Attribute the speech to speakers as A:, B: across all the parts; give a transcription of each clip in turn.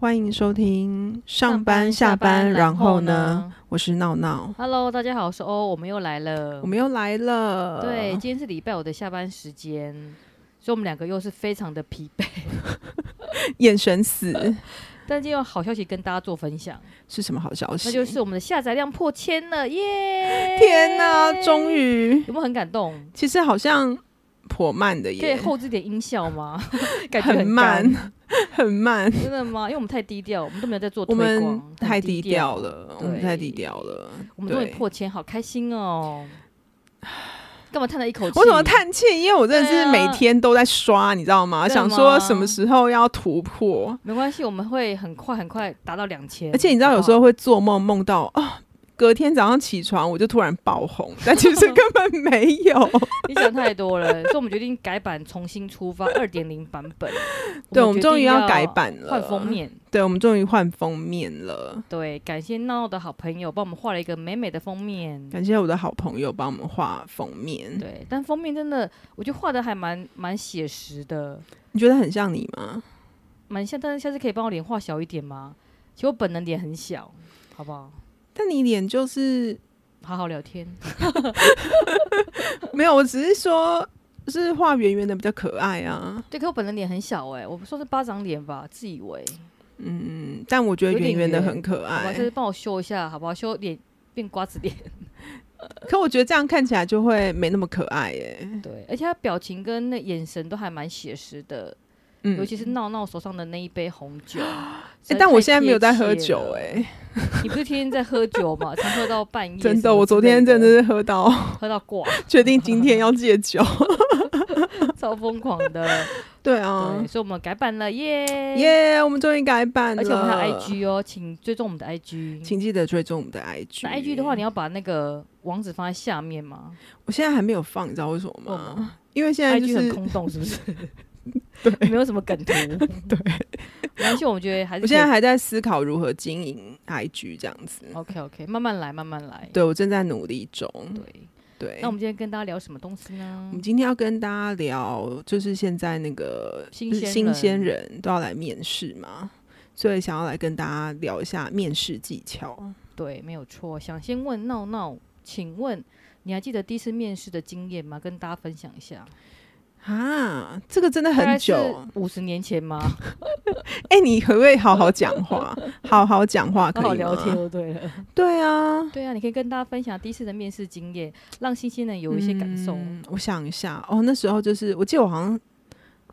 A: 欢迎收听上班下班，然后呢？我是闹闹，
B: ？Hello，大家好，我是欧，我们又来了。
A: 我们又来了。
B: 对，今天是礼拜五的下班时间，所以我们两个又是非常的疲惫，
A: 眼神死
B: 但今天有好消息跟大家做分享，
A: 是什么好消息？
B: 那就是我们的下载量破千了，耶！
A: 天哪、终于！
B: 有没有很感动？
A: 其实好像颇慢的
B: 可以
A: 耶，
B: 后置点音 效吗？感觉
A: 很
B: 干，
A: 慢， 很慢。
B: 真的吗？因为我们太低调，我们都没有在做
A: 我
B: 推广，
A: 们
B: 很
A: 太低
B: 低
A: 调，了，我们
B: 对啊
A: 太低调了。
B: 我们终于
A: 对
B: 破千，好开心哦！干嘛叹了一口气？
A: 我怎么？叹气？因为我真的是每天都在刷，你知道吗？
B: 啊真的
A: 想
B: 吗
A: 说什么时候要突破，
B: 没关系，我们会很快很快达到两千。
A: 而且你知道，
B: 好不
A: 有
B: 好
A: 时候会做梦，梦到啊，隔天早上起床我就突然爆红，但其实根本没 有。
B: 你想太 多了，所以我们决定改版，重新出发二点零版本。
A: 对，我
B: 决
A: 们
B: 定
A: 终于要改，版了，
B: 换封。面。
A: 对，我们终于换封面了。
B: 对，感谢闹闹的好朋友帮我们画了一个美美的封面。
A: 感谢我的好朋友帮我们画封面。
B: 对，但封面真的，我觉得画的还蛮蛮写实的，
A: 你觉得很像你吗？
B: 蛮像。但是下次可以帮我脸画小一点吗？其实我本人脸很小，好不好？
A: 但你脸就是
B: 好好 聊天，
A: 没有，我只是说，是画圆圆的比较可爱啊。
B: 对，可我本人脸很小哎、我不说是巴掌脸吧，自以为。
A: 嗯，但我觉得
B: 有点
A: 圆圆的
B: 圆
A: 很可
B: 好吧，
A: 爱
B: 就。是帮我修一下，好不好？修脸变瓜子脸。
A: 可我觉得这样看起来就会没那么可爱耶、
B: 对，而且他表情跟那眼神都还蛮写实的，
A: 嗯，
B: 尤其是闹闹手上的那一杯红 酒。
A: 欸
B: 哎
A: 但我现在没有在喝酒哎、
B: 哎、你不是天天在喝酒吗？常喝到半夜什么之类。
A: 真的，我昨天真的是喝到，
B: 喝到挂，
A: 决定今天要戒酒。
B: 超疯狂 的。
A: 对啊
B: 对，，所以我们改版了耶耶！
A: 耶我们终于改版了，
B: 而且我们还有 IG 哦，请追踪我们的 IG。
A: 请记得追踪我们的 IG。
B: 那 IG 的话，你要把那个网址放在下面吗？
A: 我现在还没有放，你知道为什么
B: 为什
A: 吗？因为现在就
B: IG
A: 是
B: 哦很空洞，是 不是？对，没有什么梗图。对，而且我们觉得还是
A: 我现在还在思考如何经营 IG 这样子。
B: OK OK，慢慢来，慢慢来。
A: 对我正在努力中。
B: 对。
A: 对，
B: 那我们今天跟大家聊什么东西呢
A: 我们？今天要跟大家聊，就是现在那个
B: 新
A: 就是
B: 鲜
A: 新
B: 人
A: 鲜人都要来面试嘛，所以想要来跟大家聊一下面试技巧。
B: 对，没有错。想先问闹闹，请问你还记得第一次面试的经验吗？跟大家分享一下。
A: 啊，这个真的很久。，
B: 五十年前吗？
A: 哎、你可不可以好好讲 话？好好讲话 可以
B: 好
A: 吗？
B: 好聊天就对了。
A: 对啊，
B: 对啊，你可以跟大家分享第一次的面试经验，让新鲜人有一些感受。
A: 嗯我想一下，哦，那时候就是，我记得我好像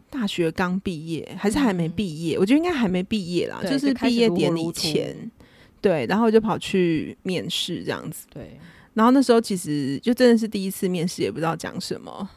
A: 大学刚毕业，还是还没
B: 嗯
A: 毕业，我觉得应该还没毕业啦，
B: 对
A: 是
B: 就开
A: 毕
B: 始
A: 业
B: 如火
A: 典
B: 如
A: 礼
B: 荼
A: 前，对，然后我就跑去面试这样子，
B: 对，
A: 然后那时候其实就真的是第一次面试，也不知道讲什么，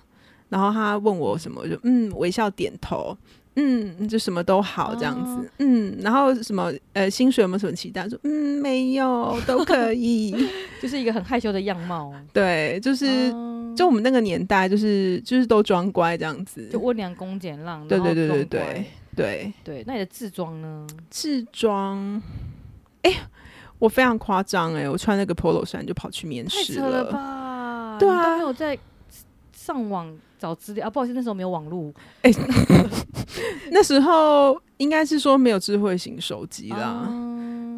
A: 然后他问我什么，我就嗯微笑点头。嗯，就什么都好这样子，
B: 哦
A: 嗯，然后什么呃，薪水有没有什么期待？说嗯，没有，都可以。
B: 就是一个很害羞的样貌。
A: 对， 就是
B: 嗯
A: 就我们那个年代，就是就是都装乖这样子，
B: 就温良恭俭让，
A: 对
B: 然后
A: 对对对
B: 装乖
A: 对对，
B: 对。那你的自装呢？
A: 制装，哎、我非常夸张哎，我穿那个 polo 衫就跑去面
B: 太
A: 试
B: 扯了吧！
A: 对
B: 你
A: 啊
B: 都没有在上网找资料啊，不好意思，那时候没有网络。
A: 那时候应该是说没有智慧型手机啦，
B: 啊，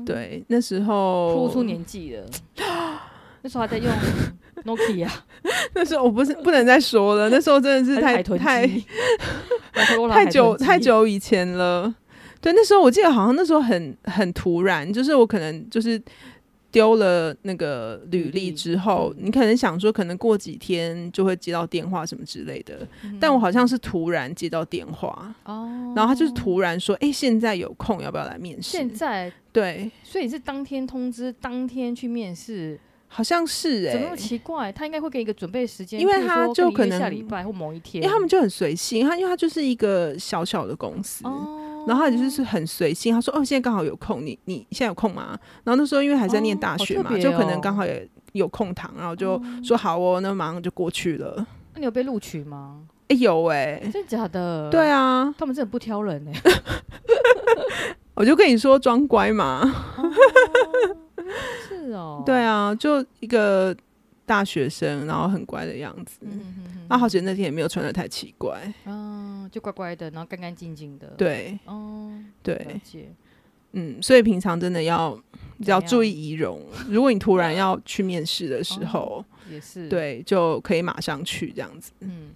A: 对，那时
B: 突
A: 候
B: 出年纪了。
A: 哦
B: 那时候还在用 Nokia，
A: 那时候我不是不能再说了，那时候真的是
B: 还是
A: 太
B: 海豚
A: 太
B: 机，Motorola
A: 太久
B: 海豚机
A: 太。久以前了。对，那时候我记得好像那时候很很突然，就是我可能就是丢了那个履历之后，
B: 嗯
A: 你可能想说可能过几天就会接到电话什么之类的，
B: 嗯
A: 但我好像是突然接到电话，
B: 哦，
A: 然后他就是突然说：“哎、现在有空，要不要来面试
B: 现在，？”
A: 对，
B: 所以你是当天通知，当天去面试，
A: 好像是哎、
B: 怎么那么奇怪？他应该会给你一个准备时间，
A: 因为
B: 譬如
A: 他
B: 说
A: 就
B: 跟你
A: 可能
B: 约下礼拜或某一天，
A: 因为他们就很随性，他因为他就是一个小小的公司，
B: 哦，
A: 然后他就是很随性，他说：“哦，现在刚好有空，你你现在有空吗？”然后那时候因为还在念
B: 哦
A: 大
B: 好
A: 学
B: 特
A: 嘛，
B: 别
A: 就可
B: 哦
A: 能刚好也有空堂，然后就说：“好哦，那马上就过去了。
B: 那你有被录取 吗？
A: 哎，有哎、
B: 真的假的？
A: 对，啊，
B: 他们真的不挑人哎。
A: 我就跟你说装乖嘛，
B: 哦是哦，
A: 对，啊，就一个大学生，然后很乖的样子。啊
B: 嗯哦哼哼
A: 那好险那天也没有穿的太奇怪，
B: 嗯，就乖乖的，然后干干净净的，，
A: 对
B: 哦，了
A: 对，
B: 解。
A: 嗯，所以平常真的要比较
B: 怎样
A: 注意仪 容。如果你突然要去面试的时候，
B: 也是，，
A: 对，就可以马上去这样子。
B: 嗯，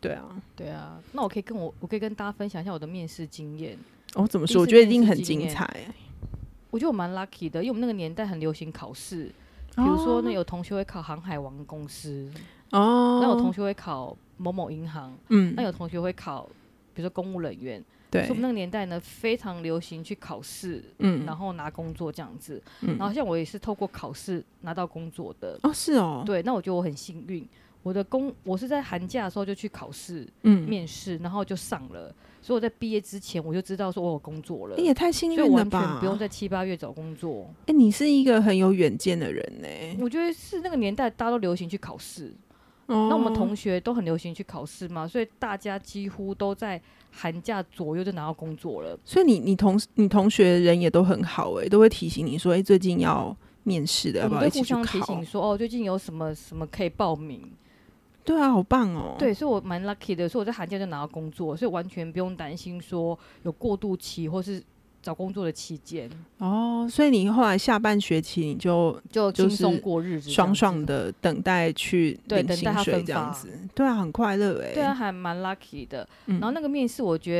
A: 对啊，
B: 对啊。那我可以跟我，我可以跟大家分享一下我的面试经验。
A: 我、哦怎么
B: 第一
A: 说？我
B: 次
A: 觉得一
B: 面
A: 定
B: 试
A: 很
B: 经
A: 精
B: 验
A: 彩。
B: 我觉得我蛮 lucky 的，因为我们那个年代很流行考试，比如说呢，有同学会考航海王公司，
A: 哦，
B: 那有同学会考某某银行，
A: 嗯，
B: 那有同学会考，比如说公务人员。所以
A: 对
B: 我们，那个年代呢，非常流行去考试，
A: 嗯
B: 然后拿工作这样子。
A: 嗯
B: 然后像我也是透过考试拿到工作的。
A: 哦是哦，
B: 对，那我觉得我很幸运。我的工，我是在寒假的时候就去考试、
A: 嗯，
B: 面试，然后就上了。所以我在毕业之前我就知道说我有工作了
A: 你，也太幸
B: 所以
A: 运
B: 我
A: 了
B: 完
A: 吧
B: 全！不用在七八月找工作。
A: 哎，你是一个很有远见的人呢、
B: 我觉得是那个年代大家都流行去考试，
A: 哦，
B: 那我们同学都很流行去考试嘛，所以大家几乎都在寒假左右就拿到工作了。
A: 所以你你同你同学人也都很好哎、都会提醒你说，哎、最近要面试的，要
B: 我
A: 不
B: 们
A: 要一
B: 都
A: 起
B: 互
A: 去
B: 相提
A: 考
B: 醒？说，哦，最近有什么什么可以报名。
A: 对啊，好棒哦！，
B: 对，所以我蛮 lucky 的，所以我在寒假就拿到工作，所以完全不用担心说有过渡期或是找工作的期间，
A: 哦，所以你后来下半学期你就
B: 就
A: 就
B: 轻
A: 是
B: 松过日子，
A: 爽爽。的等待去
B: 对
A: 领
B: 等待
A: 薪
B: 他
A: 水
B: 分
A: 这样
B: 发
A: 子，对啊，很快乐哎、
B: 对啊，还蛮 lucky 的。
A: 嗯，
B: 然后那个面试，我觉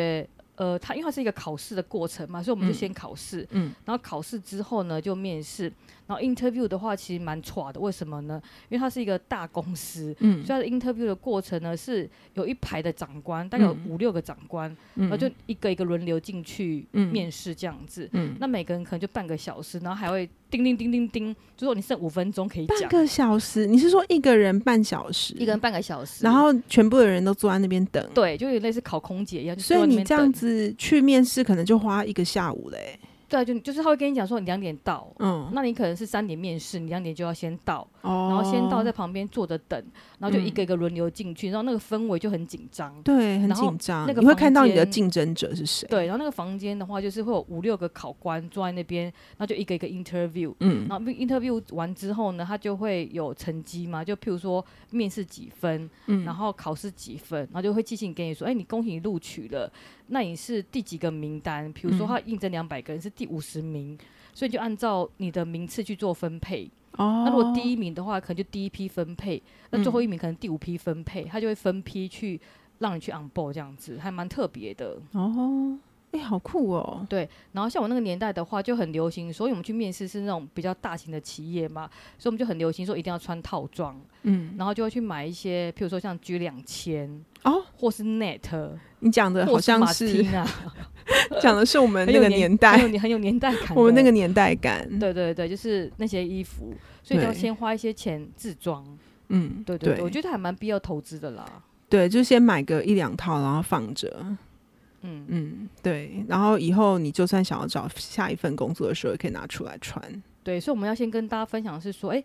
B: 得，呃，它因为它是一个考试的过程嘛，所以我们就
A: 嗯
B: 先考试，
A: 嗯
B: 然后考试之后呢，就面试。然后 interview 的话，其实蛮差的，为什么呢？因为它是一个大公司，
A: 嗯
B: 所以它的 interview 的过程呢，是有一排的长官，大概有
A: 嗯
B: 五六个长官，
A: 嗯
B: 然后就一个一个轮流进去
A: 嗯
B: 面试这样子。
A: 嗯
B: 那每个人可能就半个小时，然后还会叮叮叮叮叮，就说你剩五分钟可以
A: 半
B: 讲，
A: 个小时，你是说一个人半小时？
B: 一个人半个小时，
A: 然后全部的人都坐在那边等。
B: 对，就有点类似考空姐一样，就
A: 所以
B: 坐在那
A: 你
B: 边
A: 这样
B: 等，
A: 子去面试，可能就花一个下午嘞、
B: 对啊，就就是他会跟你讲说你两点到，
A: 嗯，
B: 那你可能是三点面试，你两点就要先到，
A: 哦，嗯
B: 然后先到在旁边坐着等，然后就一个一个轮流进去，然后那个氛围就很紧张。
A: 对，很
B: 然后
A: 紧张，
B: 那个
A: 你会
B: 房
A: 看到你的
B: 间
A: 竞争者是谁。
B: 对，然后那个房间的话，就是会有五六个考官坐在那边，然后就一个一个 interview，
A: 嗯
B: 然后 interview 完之后呢，他就会有成绩嘛，就譬如说面试几分，
A: 嗯
B: 然后考试几分，然后就会寄信给你说，哎，你恭喜你录取了，那你是第几个名单？比如说
A: 嗯
B: 他应征两百个人是第五十名，所以就按照你的名次去做分配。
A: 哦，嗯
B: 那如果第一名的话，可能就第一批分配，那最后一名可能第五批分配，他就会分批去让你去 on board 这样子，还蛮特别的。
A: 哦，哎、好酷哦，
B: 对，然后像我那个年代的话，就很流行，所以我们去面试是那种比较大型的企业嘛，所以我们就很流行说一定要穿套装，
A: 嗯，
B: 然后就会去买一些，譬如说像 G 两千
A: 哦，
B: 或是 Net，
A: 你讲的好
B: 或
A: 像
B: 马
A: 是
B: 丁啊，
A: 讲的是我们
B: 很
A: 那
B: 有
A: 个年代，
B: 很有很有年代感的。
A: 我们那个年代感，
B: 对对对，就是那些衣服，所以就要
A: 对
B: 先花一些钱自装。
A: 嗯，
B: 对对
A: 对
B: 对，我觉得还蛮必要投资的啦。
A: 对，就先买个一两套，然后放着，
B: 嗯，
A: 嗯，对，然后以后你就算想要找下一份工作的时候，也可以拿出来穿，
B: 对，所以我们要先跟大家分享的是说，哎，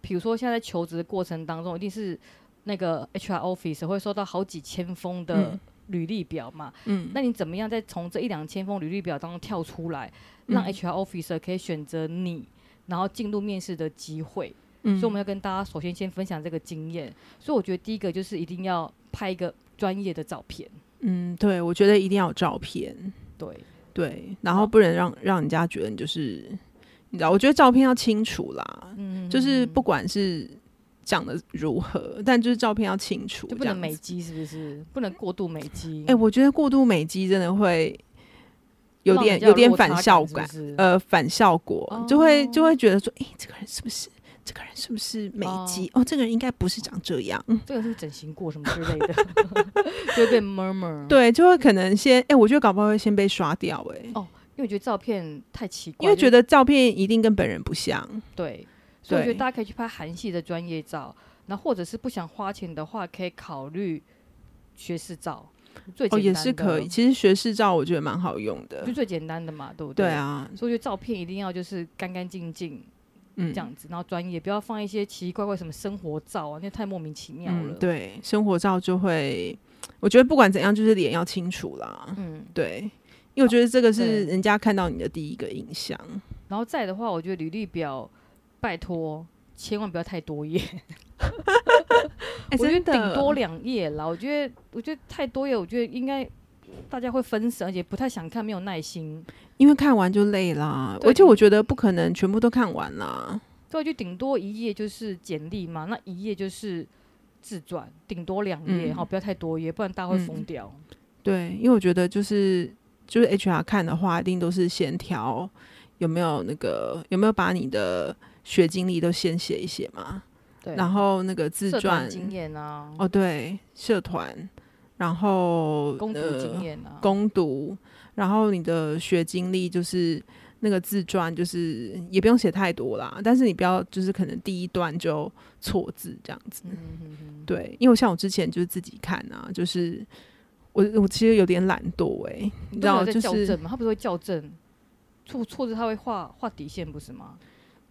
B: 比如说现在在求职的过程当中，一定是那个 HR office 会收到好几千封的
A: 嗯
B: 履历表嘛，
A: 嗯，
B: 那你怎么样再从这一两千封履历表当中跳出来，让
A: 嗯
B: HR officer 可以选择你，然后进入面试的机会？
A: 嗯
B: 所以我们要跟大家首先先分享这个经验。所以我觉得第一个就是一定要拍一个专业的照片，
A: 嗯，对，我觉得一定要有照片，
B: 对，
A: 对，然后不能让让人家觉得你就是，你知道，我觉得照片要清楚啦，
B: 嗯，
A: 就是不管是长得如何，但就是照片要清楚，
B: 就不
A: 这
B: 能
A: 样
B: 美
A: 子。
B: 肌，是不是？不能过度美肌
A: 哎、，我觉得过度美肌真的会有
B: 让
A: 点
B: 人家
A: 有点
B: 落差
A: 反效
B: 是不
A: 感，
B: 是
A: 呃，反效果，就会就
B: 哦
A: 会觉得说，哎、这个人是不是？这个人是不是美肌？哦这个人应该不是长这样。嗯
B: 这个是不是整形过什么之类的， 就会被 murmur。，
A: 对，就会可能先，哎、我觉得搞不好会先被刷掉、哎、
B: 哦因为我觉得照片太奇怪，
A: 因为
B: 就
A: 觉得照片一定跟本人不像。
B: 对，所以我觉
A: 对
B: 得大家可以去拍韩系的专业照，那或者是不想花钱的话，可以考虑学士照，最
A: 哦，
B: 简
A: 也
B: 单
A: 是
B: 的
A: 可以。其实学士照我觉得蛮好用的
B: 就。最简单的嘛，对不
A: 对
B: 对，
A: 啊，
B: 所以我觉得照片一定要就是干干净净
A: 嗯，
B: 这样子，然后专业，不要放一些奇奇怪怪什么生活照啊，那太莫名其妙了。
A: 嗯。对，生活照就会，我觉得不管怎样，就是脸要清楚啦。
B: 嗯哦
A: 对，因为我觉得这个是
B: 对
A: 人家看到你的第一个印象。
B: 然后再的话，我觉得履历表，拜托。千万不要太多页，
A: 哎
B: 我觉得
A: 真的
B: 顶多两页啦。我觉得，我觉得太多页，我觉得应该大家会分神，而且不太想看，没有耐心。
A: 因为看完就累啦，
B: 对
A: 而且我觉得不可能全部都看完啦。
B: 对，就顶多一页就是简历嘛，那一页就是自传，顶多两页，
A: 嗯
B: 好、不要太多页，不然大家会
A: 嗯
B: 疯掉。
A: 对，因为我觉得就是就是 HR 看的话，一定都是先挑有没有那个有没有把你的学经历都先写一写嘛，
B: 对，
A: 然后那个自
B: 社团
A: 传
B: 经验啊，
A: 哦对，社团，然后呃
B: 公读经验啊，
A: 攻读，然后你的学经历就是那个自传，就是也不用写太多啦，但是你不要就是可能第一段就错字这样子。
B: 嗯嗯嗯，
A: 对，因为我像我之前就是自己看啊，就是我我其实有点懒惰哎、你
B: 你
A: 知道
B: 在
A: 就
B: 校
A: 是
B: 正嘛，他不是会校正错错字，他会画画底线，不是吗？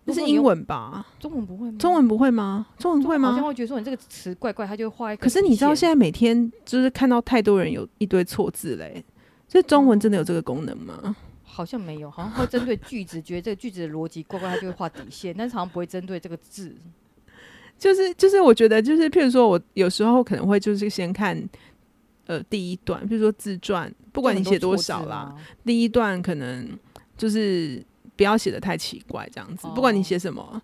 A: 那
B: 如
A: 是
B: 果你
A: 英
B: 用，
A: 文吧？
B: 中文不会吗？
A: 中文不会吗？中文会
B: 好像
A: 吗？
B: 会觉得说你这个词怪怪，他就会画一个。
A: 可是你知道现
B: 在，
A: 在每天就是看到太多人有一堆错字嘞、所以中文真的有这个功能吗？
B: 好像没有，好像会针对句子，觉得这个句子的逻辑怪怪，他就会画底线，但是好像不会针对这个字。
A: 就是就是，我觉得就是，譬如说我有时候可能会就是先看呃第一段，譬如说自传，不
B: 不
A: 管你写多少
B: 啊
A: 啦，，第一段可能就是不要写的太奇怪，这样子，不管你
B: 哦
A: 写什么，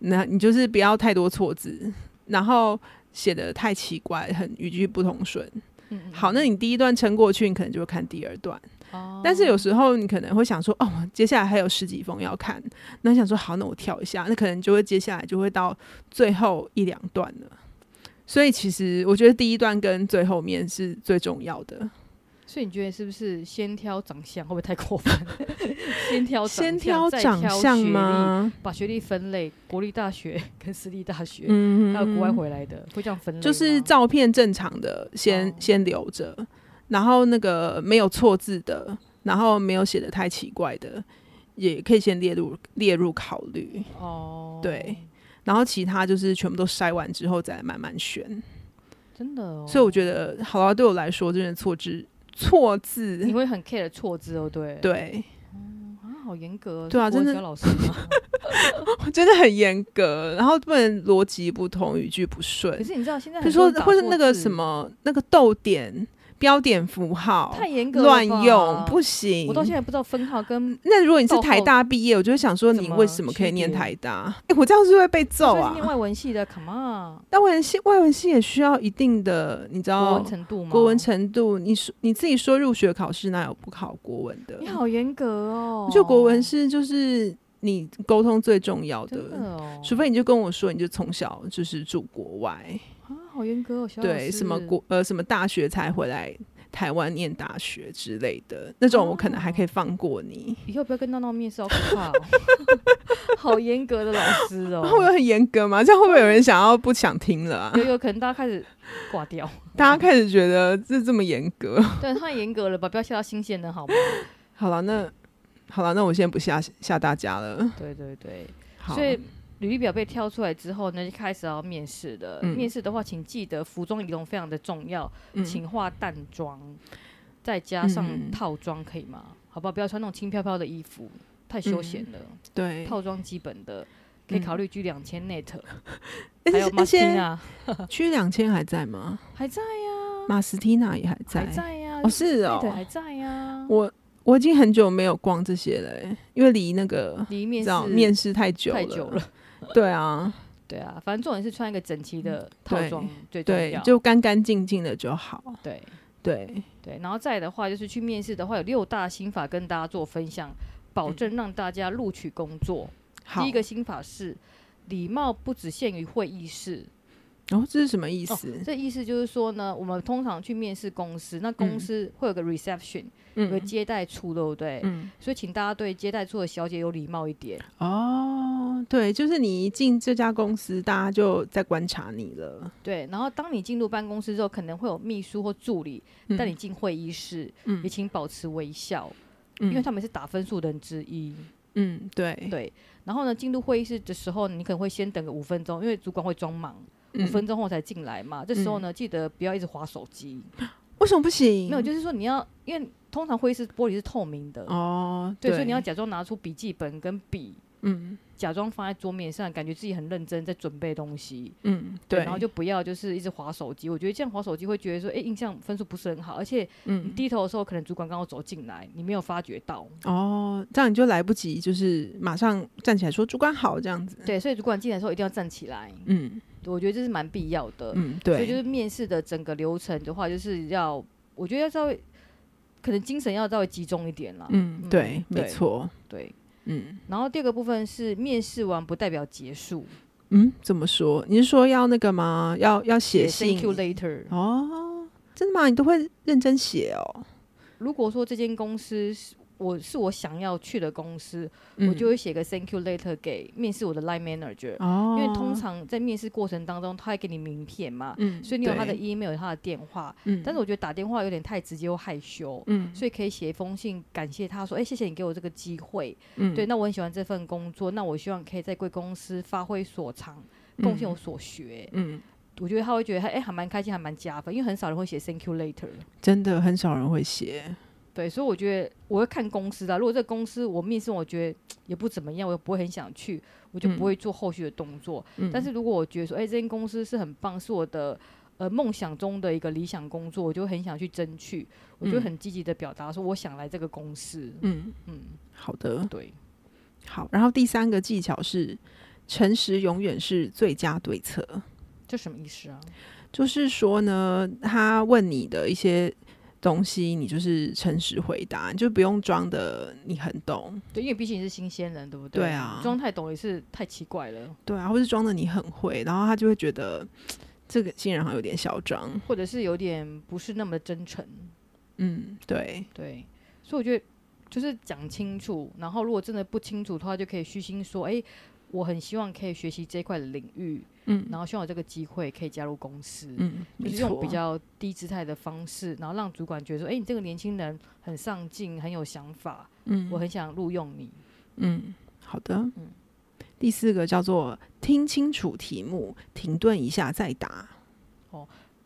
A: 那你就是不要太多错字，然后写的太奇怪，很语句不通顺。
B: 嗯嗯
A: 好，那你第一段撑过去，你可能就会看第二段。
B: 哦
A: 但是有时候你可能会想说，哦，接下来还有十几封要看，那想说好，那我跳一下，那可能就会接下来就会到最后一两段了。所以其实我觉得第一段跟最后面是最重要的，
B: 所以你觉得是不是先挑长相，会不会太过分？ 先挑长
A: 先
B: 相
A: 挑
B: 再
A: 长相
B: 学历？
A: 吗？
B: 把学历分类，国立大学 跟私立大学，
A: 嗯，
B: 还有国外回来的，会这样分类吗？
A: 就是照片正常的先、
B: 哦
A: 先留着，然后那个没有错字的，然后没有写的太奇怪的，也可以先列入列入考虑。
B: 哦，
A: 对，然后其他就是全部都筛完之后再慢慢选。
B: 真的哦。
A: 所以我觉得，好了，对我来说，真的错字错字
B: 你，会很 care 错字哦，对，
A: 对
B: 啊，好严格哦，
A: 对啊
B: 是国文
A: 真的
B: 教老师 吗？
A: 我 真的很严格，然后不能逻辑不同，语句不顺
B: 可。是你知道现在
A: 比如
B: 很
A: 说
B: 多人，打
A: 或是
B: 错
A: 那个
B: 字
A: 什么那个逗点、标点符号
B: 太严格了
A: 乱
B: 吧
A: 用不，行，
B: 我到现在不知道分 号跟
A: 那如果你是
B: 到后
A: 台大毕业，我就会想说，
B: 怎
A: 你
B: 么
A: 为什么可以
B: 区
A: 念
B: 别
A: 台大？哎、 我这样是不是会被揍
B: 所以是念
A: 啊！
B: 外文系的，come on，
A: 但外文系外文系也需要一定的，你知
B: 国
A: 道
B: 文程度吗？
A: 哦国文程度。你说你自己说入学考试哪有不考国文的
B: 你？好严格哦，
A: 就国文是就是你沟通最重要的，
B: 真的哦，
A: 除非你就跟我说，你就从小就是住国外，
B: 啊，好严格哦，小老
A: 对什么
B: 师
A: 国呃什么大学才回来台湾念大学之类的那种，我可能还
B: 哦
A: 可以放过你。
B: 以后不要跟闹闹面试，好可 怕哦！ 好严格的老师哦
A: 然， 后我又很严格嘛，这样会不会有人想要不想听了啊？
B: 有有可能大家开始挂掉，
A: 大家开始觉得这这么严格。
B: 对，太严格了吧？不要吓到新鲜人好吗？
A: 好了，那好了，那我先不吓吓大家了。
B: 对对对，
A: 好，
B: 所以履历表被挑出来之后呢，就开始要面试了。
A: 嗯
B: 面试的话，请记得服装仪容非常的重要，
A: 嗯
B: 请化淡妆，再加上
A: 嗯
B: 套装，可以吗？好不好？不要穿那种轻飘飘的衣服，太休闲了。
A: 嗯对，
B: 套装基本的。可以
A: 嗯
B: 考虑居两千 net，、
A: 那
B: 还有
A: 那
B: 马汀
A: 些
B: 啊，
A: 区两千还在吗？
B: 还在
A: 马斯蒂娜也还在，
B: 还在呀、
A: 哦是
B: net
A: 哦
B: 还，在呀、
A: 我我已经很久没有逛这些了欸、因为离那个
B: 离
A: 你
B: 面
A: 知道
B: 试
A: 面试太久
B: 太久
A: 了
B: 了，
A: 对啊，
B: 对啊，反正重点是穿一个整齐的套装最重
A: 嗯对
B: 要，，
A: 就干干净净的就好，
B: 对
A: 对，
B: 对。然后再来的话，就是去面试的话，有六大心法跟大家做分享，保证让大家录取工作。
A: 嗯好，
B: 第一个心法是。礼貌不只限于会议室，
A: 然后、这是什么意
B: 哦
A: 思？
B: 这意思就是说呢，我们通常去面试公司，那公
A: 嗯
B: 司会有个 reception，、有哦个
A: 嗯
B: 接待处，对不对？
A: 嗯，
B: 所以请大家对接待处的小姐有礼貌一点。
A: 哦，对，就是你一进这家公司，大家就在观察你了。
B: 对，然后当你进入办公室之后，可能会有秘书或助理
A: 嗯
B: 带你进会议室，
A: 嗯
B: 也请保持微笑，
A: 嗯
B: 因为他们是打分数的人之一。
A: 嗯，对，
B: 对，然后呢，进入会议室的时候，你可能会先等个五分钟，因为主管会装忙，五
A: 嗯
B: 分钟后才进来嘛。这时候呢，记得不要一直划手机，
A: 为什么不行？
B: 没有，就是说你要，因为通常会议室玻璃是透明的，
A: 嗯哦，
B: 对，所以你要假装拿出笔记本跟笔
A: 嗯
B: 假装放在桌面上，感觉自己很认真在准备东西，
A: 嗯，对，
B: 然后就不要就是一直划手机。我觉得这样划手机会觉得说，哎、印象分数不是很好，而且你
A: 嗯
B: 低头的时候，可能主管刚好走进来，你没有发觉到。
A: 哦，这样你就来不及，就是马上站起来说主管好这样子。
B: 对，所以主管进来的时候一定要站起来，
A: 嗯
B: 我觉得这是蛮必要的。
A: 嗯，
B: 所以就
A: 对，
B: 是面试的整个流程的话，就是要我觉得要稍微可能精神要稍微集中一点啦。
A: 嗯对，没
B: 对
A: 错，
B: 对。
A: 嗯
B: 然后第二个部分是面试完不代表结束，
A: 嗯，怎么说？你是说要那个吗？要要写信
B: thank you later。
A: 哦？真的吗？你都会认真写哦？
B: 如果说这间公司是我是我想要去的公司，我
A: 嗯
B: 就会写个 thank you later 给面试我的 line manager，、
A: 哦，
B: 因为通常在面试过程当中，他会给你名片嘛，
A: 嗯，
B: 所以你有他的
A: 对，
B: email，有他的电话，
A: 嗯
B: 但是我觉得打电话有点太直接又害羞。
A: 嗯
B: 所以可以写一封信感谢他说，哎、谢谢你给我这个机会，
A: 嗯
B: 对，那我很喜欢这份工作，那我希望可以在贵公司发挥所长，贡献我所学。
A: 嗯，
B: 我觉得他会觉得，哎、还蛮开心，还蛮加分，因为很少人会写 thank you later。
A: 真的很少人会写。
B: 对，所以我觉得我会看公司的。如果这个公司我面试我觉得嘖也不怎么样，我也不会很想去，我就不会做后续的动作。
A: 嗯
B: 但是如果我觉得说，哎、这间公司是很棒，是我的呃梦想中的一个理想工作，我就很想去争取，我就
A: 嗯
B: 很积极的表达说我想来这个公司。
A: 嗯，
B: 嗯，
A: 好的，
B: 对，
A: 好。然后第三个技巧是，诚实永远是最佳对策。
B: 这什么意思啊？
A: 就是说呢，他问你的一些东西，你就是诚实回答，你就不用装的你很懂，
B: 对，因为毕竟你是新鲜人，对不对？
A: 对啊
B: 装太懂也是太奇怪了，
A: 对啊，或是装的你很会，然后他就会觉得这个新人好像有点嚣张。
B: 或者是有点不是那么的真诚。
A: 嗯，对，
B: 对，所以我觉得就是讲清楚，然后如果真的不清楚的话，就可以虚心说，哎、我很希望可以学习这一块的领域，
A: 嗯
B: 然后希望有这个机会可以加入公司，
A: 嗯，
B: 就
A: 没
B: 是用
A: 错
B: 比，较低姿态的方式，然后让主管觉得说，哎、你这个年轻人很上进，很有想法，
A: 嗯
B: 我很想录用你。
A: 嗯，好的，第四个叫做听清楚题目，停顿一下再答。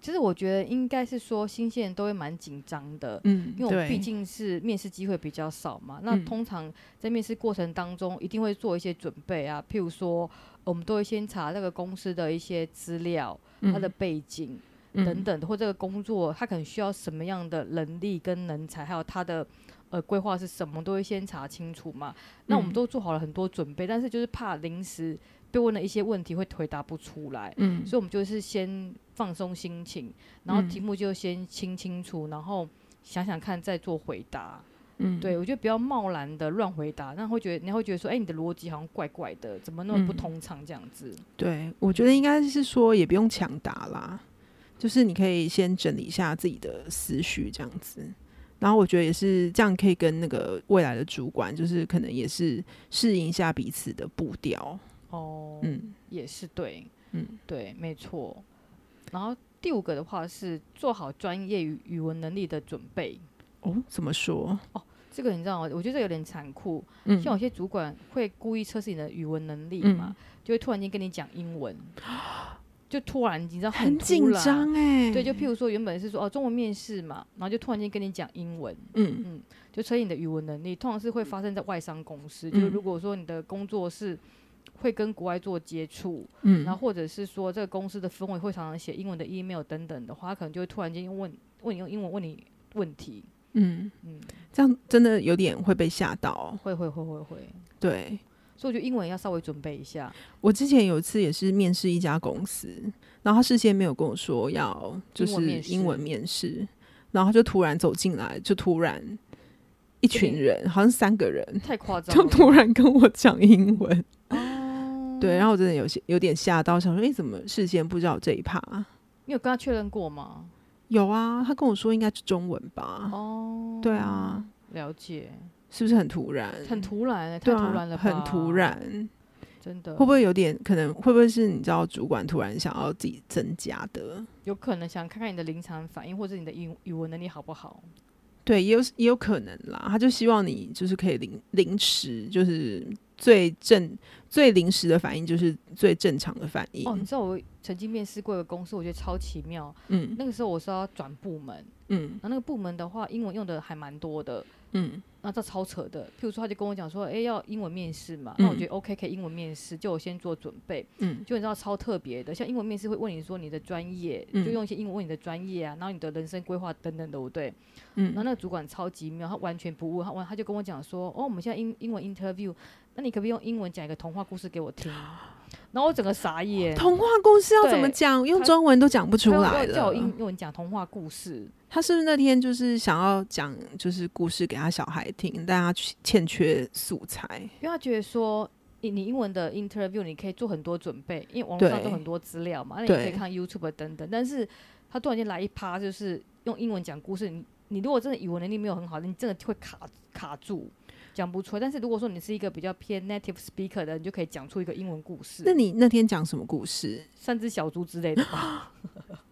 B: 其实我觉得应该是说，新鲜人都会蛮紧张的，
A: 嗯，
B: 因为我
A: 对，
B: 们毕竟是面试机会比较少嘛，那
A: 嗯
B: 通常在面试过程当中一定会做一些准备啊，譬如说我们都会先查这个公司的一些资料、它的背景、
A: 嗯
B: 等，等的，或这个工作它可能需要什么样的能力跟人才，还有它的呃规划是什么，都会先查清楚嘛。那我们
A: 嗯
B: 都做好了很多准备，但是就是怕临时被问了一些问题会回答不出来，
A: 嗯
B: 所以我们就是先放松心情，然后
A: 嗯
B: 题目就先清清楚，然后想想看再做回答。
A: 嗯，
B: 对我觉得不要贸然的乱回答，那会觉得你会觉得说，哎、你的逻辑好像怪怪的，怎么那么不
A: 嗯
B: 通畅这样子？
A: 对，我觉得应该是说也不用抢答啦，就是你可以先整理一下自己的思绪这样子。然后我觉得也是这样，可以跟那个未来的主管，就是可能也是适应一下彼此的步调。
B: 哦，
A: 嗯
B: 也是对，
A: 嗯
B: 对，没错。然后第五个的话是做好专业语语文能力的准备。
A: 哦，怎么说？
B: 这个你知道吗？我觉得这有点残酷，
A: 嗯
B: 像有些主管会故意测试你的语文能力
A: 嗯
B: 嘛，就会突然间跟你讲 英文，就突然你知道
A: 很
B: 突
A: 紧
B: 然
A: 张哎、
B: 欸对，就譬如说原本是说哦中文面试嘛，然后就突然间跟你讲英文，
A: 嗯
B: 就测验你的语文能力，通常是会发生在外商公司。就是
A: 嗯
B: 如果说你的工作是会跟国外做接触，
A: 嗯，
B: 然后或者是说这个公司的氛围会常常写英文的 email 等等的话，他可能就会突然间问问你用英文问你问题。
A: 嗯，
B: 嗯，
A: 这样真的有点会被吓到。
B: 会会会会会，
A: 对，
B: 所以我觉得英文要稍微准备一下。
A: 我之前有一次也是面试一家公司，然后他事先没有跟我说要就
B: 英文
A: 是
B: 面试
A: 英文面试，然后他就突然走进来，就突然一群人，好像三个人，
B: 太夸张
A: 就
B: 了，嗯
A: 突然跟我讲英文，
B: 哦
A: 对，然后我真的有些有点吓到，想说诶，怎么事先不知道这一趴？
B: 你有跟他确认过吗？
A: 有啊，他跟我说应该是中文吧，
B: 哦，
A: 对啊，
B: 了解，
A: 是不是很突然？
B: 很突然、欸，太
A: 对
B: 突
A: 啊
B: 然了吧？
A: 很突，然，
B: 真的
A: 会不会有点可能？会不会是你知道主管突然想要自己增加的？
B: 有可能想看看你的临场反应，或者你的语语文能力好不好？
A: 对，也有也有可能啦。他就希望你就是可以临临时，就是最正最临时的反应就是最正常的反应。
B: 哦，你知道我曾经面试过一个公司，我觉得超奇妙。
A: 嗯
B: 那个时候我是要转部门，
A: 嗯
B: 然后那个部门的话，英文用的还蛮多的，
A: 嗯
B: 那这超扯的。譬如说，他就跟我讲说，哎、要英文面试嘛，那我
A: 嗯
B: 觉得 OK 可以英文面试，就我先做准备。
A: 嗯
B: 就你知道超特别的，像英文面试会问你说你的专业，
A: 嗯
B: 就用一些英文问你的专业啊，然后你的人生规划等等的，对不对？然后
A: 嗯
B: 那个主管超级妙，他完全不问，他完他就跟我讲说，哦，我们现在英英文 interview，那你可不可以用英文讲一个童话故事给我听？然后我整个傻眼，
A: 童话故事要怎么
B: 对
A: 讲？用
B: 他
A: 中文都讲哦不出
B: 他
A: 来
B: 要叫我
A: 了。
B: 英文讲童话故事，
A: 他是不是那天就是想要讲就是故事给他小孩听，但他欠欠缺素材？
B: 因为他觉得说。你你英文的 interview 你可以做很多准备，因为网络上
A: 对
B: 都很多资料嘛，那你可
A: 对
B: 以看 YouTube 等等。但是他突然间来一趴，就是用英文讲故事，你你如果真的语文能力没有很好，你真的会卡卡住，讲不出来。但是如果说你是一个比较偏 native speaker 的，你就可以讲出一个英文故事。
A: 那你那天讲什么故事？
B: 三只小猪之 类的吧，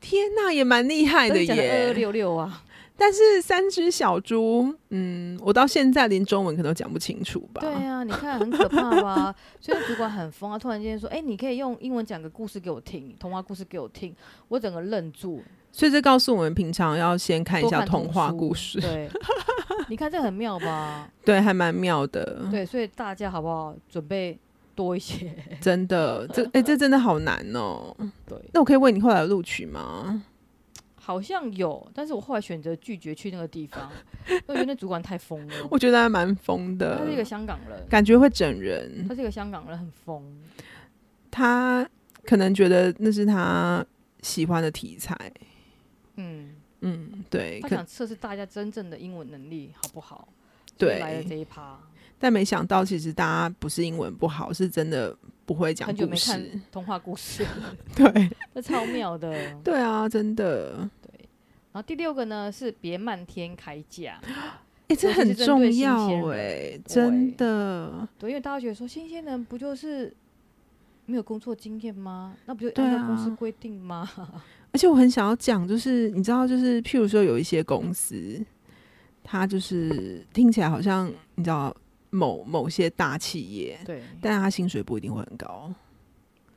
A: 天呐，也蛮厉害的
B: 二二
A: 哎耶！
B: 六 六啊，
A: 但是三只小猪，嗯，我到现在连中文可能都讲不清楚吧？
B: 对啊，你看很可怕吧？所以主管很疯啊，突然间说，哎、你可以用英文讲个故事给我听，童话故事给我听，我整个愣住，
A: 所以这告诉我们，平常要先看一
B: 多
A: 下
B: 看
A: 童话
B: 书
A: 故 事，
B: 对，你看这很 妙吧？
A: 对，还蛮妙的，
B: 对，所以大家好不好准备多一些？
A: 真的，
B: 嗯
A: 这哎、这真的好难哦。
B: 对，
A: 那我可以问你后来有录取吗？
B: 嗯好像有，但是我后来选择拒绝去那个地方，因为我觉得那主管太疯了。
A: 我觉得还蛮疯的
B: 他，是一个香港人，
A: 感觉会整人。
B: 他是一个香港人，很疯。
A: 他可能觉得那是他喜欢的题材，
B: 嗯，
A: 嗯，对，
B: 他
A: 可
B: 想测试大家真正的英文能力好不好？所以来了
A: 对，
B: 这一趴，
A: 但没想到其实大家不是英文不好，是真的不会讲
B: 很久
A: 故
B: 没看
A: 事，
B: 童话故事，
A: 对，
B: 那超妙的。然
A: 对啊，真的，
B: 后第六个呢是别漫天开价，
A: 哎、这
B: 尤其
A: 很
B: 是针对
A: 重
B: 新
A: 要
B: 鲜人
A: 哎、
B: 对
A: 真的，
B: 对，因为大家觉得说新鲜人不就是没有工作经验吗？那不就
A: 对
B: 按照公司
A: 啊
B: 规定吗？
A: 而且我很想要讲，就是你知道，就是譬如说有一些公司，它就是听起来好像你知道某某些大企业，
B: 对，
A: 但它薪水不一定会很高，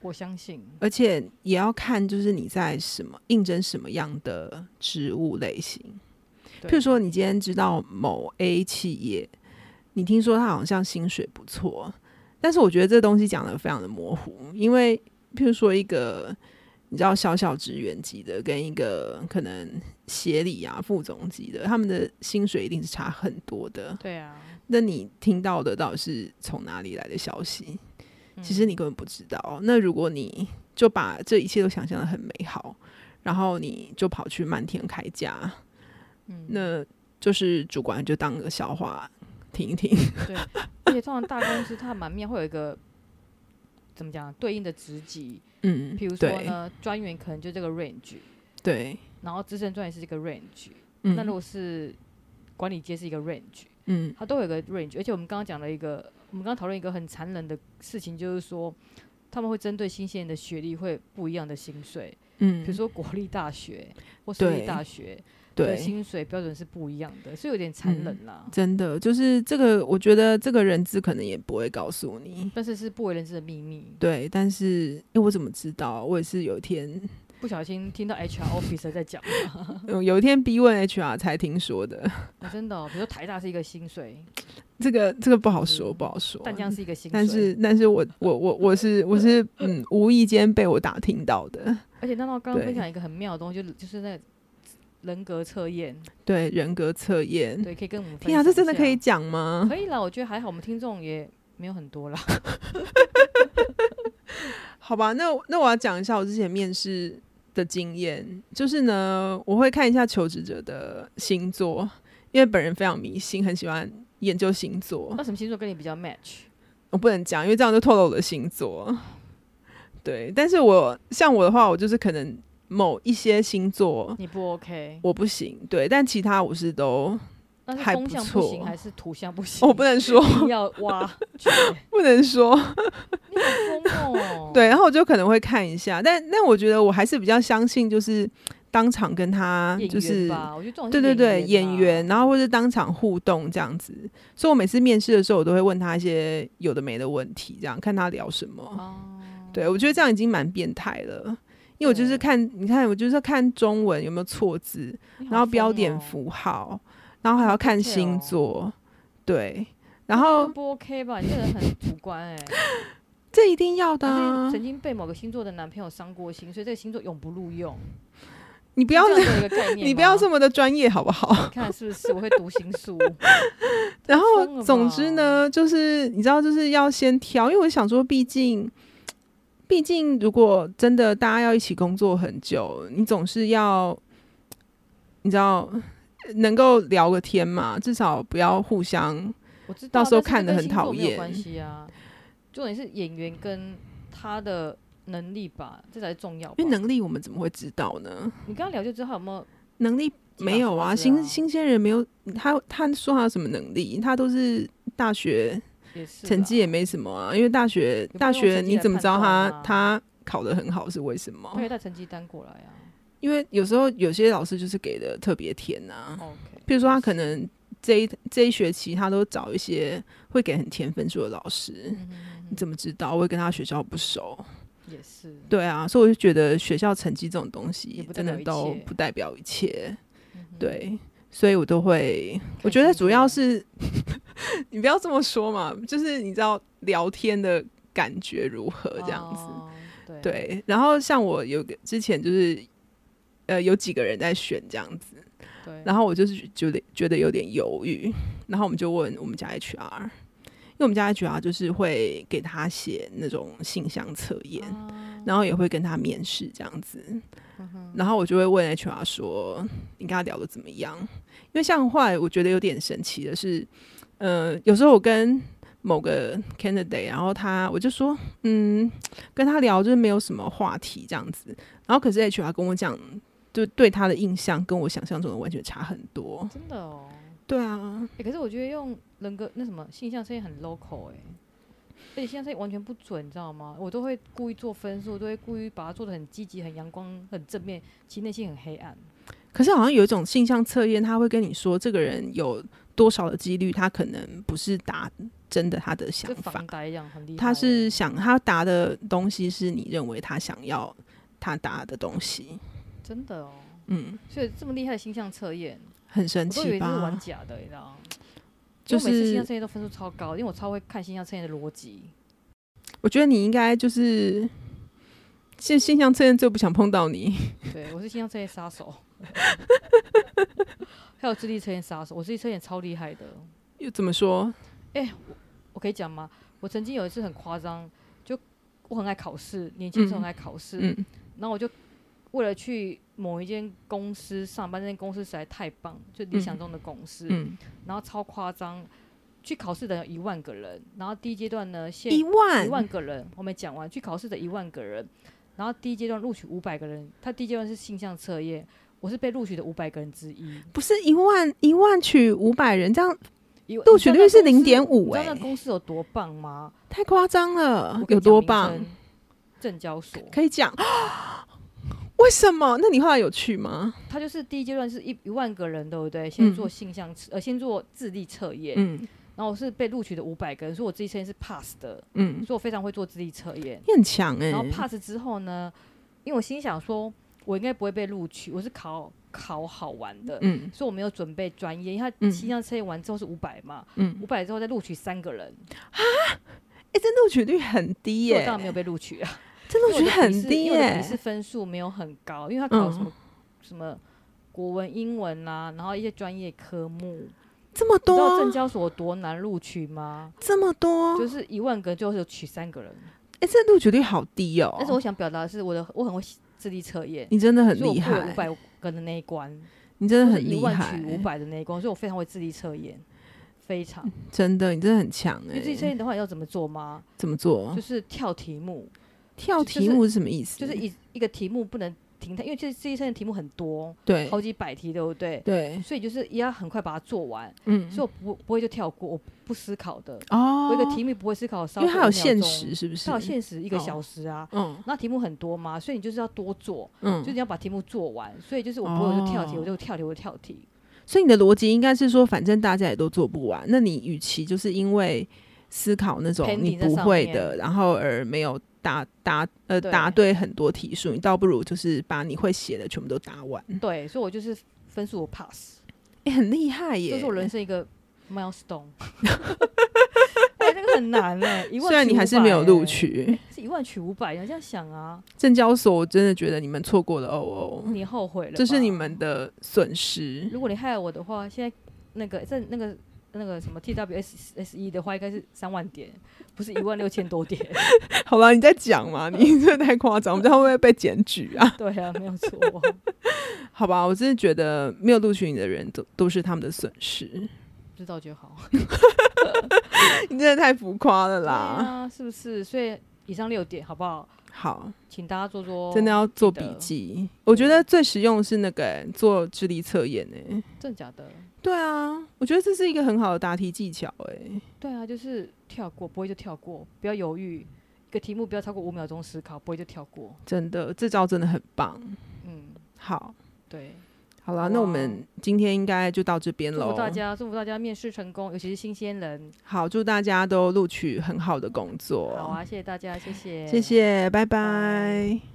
B: 我相信。
A: 而且也要看就是你在什么应征什么样的职务类型。
B: 对
A: 譬如，说，你今天知道某 A 企业，你听说它好像薪水不错，但是我觉得这东西讲的非常的模糊，因为譬如说一个你知道小小职员级的跟一个可能协理啊副总级的，他们的薪水一定是差很多的。
B: 对啊，
A: 那你听到的到底是从哪里来的消息？
B: 嗯
A: 其实你根本不知道。哦那如果你就把这一切都想象的很美好，然后你就跑去漫天开价，
B: 嗯，
A: 那就是主管就当个笑话听一 听。
B: 对，而且通常大公司它蛮妙，会有一个怎么讲啊对应的职级，
A: 嗯，
B: 比如说
A: 对
B: 呢，专员可能就这个 range，
A: 对，
B: 然后资深专员是这个 range，、
A: 嗯
B: 那如果是管理阶是一个 range，
A: 嗯
B: 它都有一个 range，而且我们刚刚讲了一个，我们刚刚讨论一个很残忍的事情，就是说他们会针对新鲜人的学历会不一样的薪水，
A: 嗯，
B: 比如说国立大学或私立
A: 对
B: 大学的
A: 对，嗯
B: 薪水标准是不一样的，所以有点残忍啦。
A: 真的就是这个，我觉得这个人资可能也不会告诉你。
B: 但是是不为人知的秘密，
A: 对，但是哎、诶我怎么知道？我也是有一天，
B: 不小心听到 HR officer 在讲、
A: 呃有一天逼问 HR 才听说的。
B: 哦真的哦、比如说台大是一个薪水，
A: 这个这个不好说，
B: 嗯
A: 不好说。
B: 淡江是一个薪水，
A: 但是，但是我我我我是我是嗯，无意间被我打听到的，
B: 而且娜娜刚刚
A: 对
B: 分享一个很妙的东西，就是就是那个人格测验，
A: 对人格测验。
B: 对，可以跟我们分
A: 天啊，
B: 享。
A: 这真的可以讲吗？
B: 可以啦，我觉得还好，我们听众也没有很多啦。
A: 好吧，那那我要讲一下我之前面试的经验，就是呢，我会看一下求职者的星座，因为本人非常迷信，很喜欢研究星座
B: 那。什么星座跟你比较 match？
A: 我不能讲，因为这样就透露我的星座。对，但是我像我的话，我就是可能某一些星座
B: 你不 OK？
A: 我不行，对，但其他我是都
B: 那是
A: 还
B: 风
A: 不
B: 向不
A: 错
B: 行还是图像不行？
A: 我不能说，
B: 一定要挖掘，
A: 不能说。
B: 你好疯
A: 啊
B: 哦！
A: 对，然后我就可能会看一下，但但我觉得我还是比较相信，就是当场跟他
B: 演
A: 就是
B: 员吧，嗯我觉得这种
A: 对对
B: 是
A: 对，
B: 演
A: 演员，
B: 吧
A: 然后或是当场互动这样子。所以我每次面试的时候，我都会问他一些有的没的问题，这样看他聊什么。
B: 哦，
A: 对我觉得这样已经蛮变态了，因为我就是
B: 对
A: 看，你看，我就是看中文有没有错字，
B: 你好
A: 然后标
B: 疯
A: 点
B: 哦
A: 符号，然后还要看
B: detail
A: 星
B: 哦
A: 座，对。然
B: 这
A: 后
B: 不 OK 吧？你这个人很主观 哎、
A: 这一定要的、
B: 还
A: 啊
B: 是，曾经被某个星座的男朋友伤过心，所以这个星座永不录用。
A: 你不
B: 不
A: 要
B: 这样的一个概念吗，
A: 你不要这么的专业好不好？
B: 你看是不是？我会读心 术，
A: 然
B: 疯
A: 后
B: 了
A: 总之呢，就是你知道，就是要先挑，因为我想说，毕竟，毕竟如果真的大家要一起工作很久，你总是要，你知道，能够聊个天嘛，至少不要互相。
B: 我知道。啊
A: 到时候
B: 但是这
A: 看得
B: 跟
A: 很
B: 星座
A: 讨
B: 没有
A: 厌
B: 关系啊，重点是演员跟他的能力吧，这才是重要吧。
A: 因为能力我们怎么会知道呢？
B: 你刚刚聊就知道他有没有
A: 能力没有啊，
B: 技法什
A: 新
B: 么的啊
A: 新鲜人没有他，他说他有什么能力？他都是大学
B: 也是
A: 成
B: 啦
A: 绩也没什么啊，因为大学
B: 用
A: 大学
B: 成绩
A: 你
B: 来
A: 怎么
B: 判
A: 知道他
B: 断啊
A: 他考得很好是为什么？
B: 他可以带成绩单过来啊。
A: 因为有时候有些老师就是给的特别甜呐、
B: OK，
A: 比如说他可能这一这一学期他都找一些会给很甜分数的老师，
B: 嗯哼
A: 你怎么知道？我也跟他学校不熟，
B: 也是，嗯
A: 对啊，所以我就觉得学校成绩这种东
B: 也
A: 西
B: 不代
A: 真
B: 表
A: 的
B: 一
A: 都
B: 切
A: 不代表一切，
B: 嗯哼，
A: 对，所以我都会，我
B: 看
A: 觉得
B: 星
A: 主要
B: 座
A: 是 你不要这么说嘛，就是你知道聊天的感觉如何这样子，
B: 哦对，
A: 对，然后像我有个之前就是，呃，有几个人在选这样子，
B: 对
A: 然后我就是觉得觉得有点犹豫，然后我们就问我们家 HR，因为我们家 HR 就是会给他写那种性向测验，然后也会跟他面试这样子，然后我就会问 HR 说你跟他聊的怎么样？因为像后来我觉得有点神奇的是，呃，有时候我跟某个 candidate，然后他我就说，嗯，跟他聊就是没有什么话题这样子，然后可是 HR 跟我讲，就对他的印象跟我想象中的完全差很多。
B: 真的哦。
A: 对啊，
B: 欸可是我觉得用人格那什么性向测验很 local 哎、而且性向测验完全不准，你知道吗？我都会故意做分数，都会故意把它做的很积极、很阳光、很正面，其实内心很黑暗。
A: 可是好像有一种性向测验，他会跟你说这个人有多少的几率，他可能不是答真的他的想
B: 就
A: 法
B: 房，呆一样，很厉害。
A: 他是想他答的东西是你认为他想要他答的东西，
B: 真的哦，
A: 嗯，
B: 所以这么厉害的星象测验，
A: 很神
B: 我都以
A: 奇
B: 为这是玩
A: 吧？
B: 假的，你知道吗？
A: 就
B: 因为我每次星
A: 是
B: 象测验都分数超高，因为我超会看星象测验的逻辑。
A: 我觉得你应该就是。现现象测验最不想碰到你，
B: 对，我是星象测验 杀手，还有智力测验杀手，我智力测验超厉害的。
A: 又怎么说？
B: 我可以讲吗？我曾经有一次很夸张，就我很爱考试，年轻的时候很爱考试，
A: 嗯，
B: 然后我就为了去某一间公司上班，那间公司实在太棒，就理想中的公司，
A: 嗯，
B: 然后超夸张，去考试的有一万个人，然后第一阶段呢，现
A: 一万
B: 一万个人，我没讲完，去考试的一万个人，然后第一阶段录取五百个人，他第一阶段是性向测验，我是被录取的五百个人之一。
A: 不是一万一万取五百人，这样
B: 一
A: 录取率是
B: 你知道那公司
A: 0.5
B: 你知道
A: 欸
B: 那公司有多棒吗？
A: 太夸张了
B: 我，跟
A: 有
B: 你
A: 多
B: 讲
A: 棒
B: 名？称？证交所，
A: 可以讲。 为什么？那你后来有去吗？
B: 它就是第一阶段是一一万个人，对不对？
A: 嗯
B: 先做性向测，呃，先做智力测验，
A: 嗯
B: 然后我是被录取的五百个人，所以我智力测验是 pass 的，
A: 嗯，
B: 所以我非常会做智力测验。
A: 你很强哎、
B: 然后 pass 之后呢，因为我心想说，我应该不会被录取，我是考考好玩的，
A: 嗯
B: 所以我没有准备专业，因为
A: 嗯
B: 它性向测验完之后是五百嘛，
A: 嗯，
B: 五百之后再录取三个人，
A: 哎、这录取率很低
B: 所
A: 耶、
B: 以我当然没有被录取啊。
A: 这录
B: 因为我
A: 取
B: 的
A: 很
B: 笔试
A: 低
B: 因为我
A: 耶、
B: 的笔试分数没有很高，因为他考
A: 嗯
B: 什么、什么国文、英文啦、然后一些专业科目。
A: 这么
B: 你知道
A: 多
B: 证，交所多难录取吗？
A: 这么多，
B: 就是一万个就是有取三个人。
A: 哎、这录取率好低哦、
B: 但是我想表达的是，我的我很会智力测验，
A: 你真的很
B: 所以我
A: 厉
B: 过了五
A: 害，
B: 百个的那一关，
A: 你真的
B: 就是
A: 很
B: 一
A: 厉
B: 万取
A: 害，
B: 五百的那一关，所以我非常会智力测验。非常，
A: 嗯真的，你真的很强
B: 因
A: 哎、
B: 为智力测验的话，要怎么做吗？
A: 怎么做
B: 就？是跳题目，
A: 跳
B: 就
A: 题
B: 是
A: 目是什么意思？
B: 就是一一个题目不能停太，因为这这一生的题目很多，
A: 对
B: 好几百题，对不对？
A: 对，
B: 所以就是也要很快把它做完，
A: 嗯，
B: 所以我不不会就跳过，我不思考的，
A: 哦，
B: 我一个题目不会思考稍
A: 因为
B: 微一秒钟，
A: 它有限时，是不是？
B: 它有限时一个
A: 哦
B: 小时啊。
A: 嗯
B: 那题目很多嘛，所以你就是要多做，就是
A: 嗯，
B: 你要把题目做完。所以就是我不会我就跳题，
A: 哦
B: 我就跳题，我就跳题。
A: 所以你的逻辑应该是说，反正大家也都做不完，那你与其就是因为思考那种
B: Pending
A: 你不会的，然后而没有答答呃
B: 对
A: 答对很多题数，你倒不如就是把你会写的全部都答完，
B: 对，所以我就是分数我 pass，
A: 哎、很厉害耶！
B: 这是我人生一个 milestone。哎，这个很难哎，一万
A: 虽然你还是没有录，取
B: 是一万取五百，你要这样想啊，
A: 证交所，我真的觉得你们错过了哦哦，
B: 你后悔了，
A: 这是你。们的损失。
B: 如果你害了我的话，现在那个在那个那个什么 TWS S E 一的话，应该是三万点，不是一万六千 多点。
A: 好了，你在讲嘛？你 这太夸张，我们这样会不会被检举啊？
B: 对啊，没有 错。
A: 好吧，我真的觉得没有录取你的人都都是他们的损失，
B: 知道就好。
A: 你真的太浮夸了
B: 对
A: 啦。
B: 啊，是不是？所以以上六点好不好？
A: 好，
B: 请大家做做，
A: 真的要做笔
B: 记得
A: 记。我觉得
B: 嗯
A: 最实用的是那个、做智力测验诶。
B: 真的假的？
A: 对啊，我觉得这是一个很好的答题技巧欸诶。
B: 对啊，就是跳过，不会就跳过，不要犹豫。一个题目不要超过五秒钟思考，不会就跳过。
A: 真的，这招真的很棒。
B: 嗯，
A: 好，
B: 对，
A: 好
B: 好
A: 啦，
B: 啊
A: 那我们今天应该就到这边
B: 祝福
A: 喽。
B: 大家，祝福大家面试成功，尤其是新鲜人。
A: 好，祝大家都录取很好的工作。
B: 好啊，谢谢大家，谢谢，
A: 谢。谢，拜
B: 啊拜
A: 拜